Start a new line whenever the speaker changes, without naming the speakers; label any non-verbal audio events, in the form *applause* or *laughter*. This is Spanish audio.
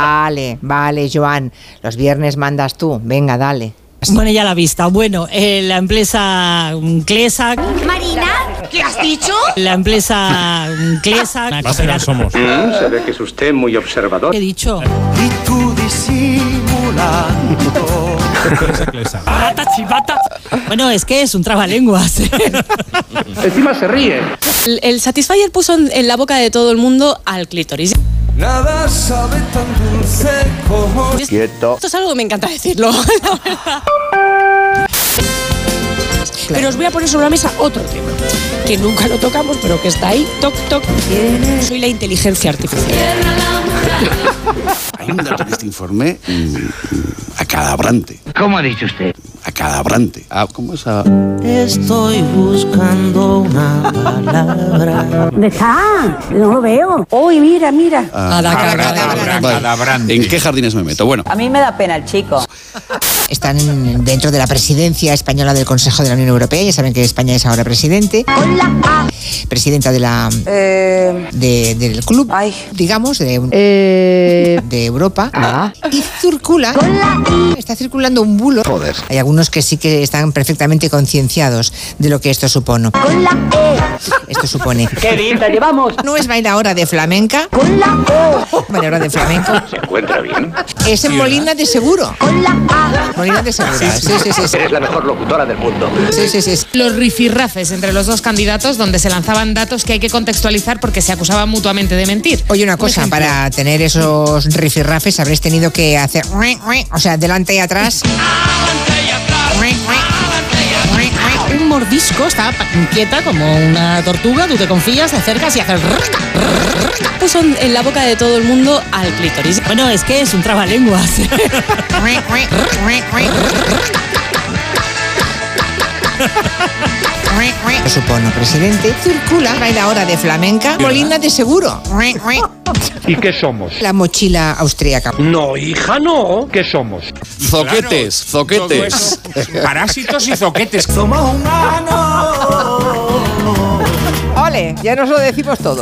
Vale, vale, Joan. Los viernes mandas tú. Venga, dale.
Bueno, ya la vista. Bueno, eh, la empresa mm, Clesa,
Marina, ¿qué has dicho?
la empresa mm, Clesa,
Más allá somos.
Mm, Se ve que es usted muy observador.
he dicho.
Esa clase.
Bueno, es que es un trabalenguas.
*laughs* Encima se ríe.
El, el Satisfyer puso en, en la boca de todo el mundo al clítoris.
Nada sabe tan dulce como
Quieto.
Esto es algo que me encanta decirlo, *laughs* la verdad. Pero os voy a poner sobre la mesa otro tema, que nunca lo tocamos, pero que está ahí, toc, toc. Soy la inteligencia artificial.
*laughs* Hay un dato que este informe mm, mm, acalabrante.
¿Cómo ha dicho usted?
Acalabrante. Ah, ¿cómo es? ah?
Estoy buscando una palabra.
¿Dónde está? No lo veo. Uy, mira, mira.
Ah, vale. ¿En qué jardines me meto? Bueno,
A mí me da pena el chico.
Están en- dentro de la presidencia española del Consejo de la Unión Europea. Ya saben que España es ahora presidente. Presidenta de la, de- del club,
Ay.
digamos, de, un- de Europa. Y circula. Está circulando un bulo.
Joder.
Hay algunos que sí que están perfectamente concienciados de lo que esto supone. Esto supone.
¡Qué bien la llevamos!
No es bailar ahora de flamenca. Con Bailadora de flamenco.
¿Se encuentra bien?
Es en Molina de Seguro. Molina de Seguro. Sí, sí, sí. sí.
Eres la mejor locutora del mundo.
Sí, sí, sí, sí.
Los rifirrafes entre los dos candidatos, donde se lanzaban datos que hay que contextualizar porque se acusaban mutuamente de mentir.
Oye, una cosa, para tener esos rifirrafes habréis tenido que hacer. O sea, delante y atrás.
Un mordisco está pa- inquieta como una tortuga, tú te confías, te acercas y haces. raca, raca.
Puso en, en la boca de todo el mundo al clítoris.
Bueno, es que es un trabalenguas. *laughs*
Lo supongo, presidente. Circula, baila ahora de flamenca. Molina de Seguro.
¿Y qué somos?
La mochila austríaca.
No, hija, no. ¿Qué somos?
zoquetes, zoquetes.
Parásitos y zoquetes.
Somos humanos.
Ole, ya nos lo decimos todo.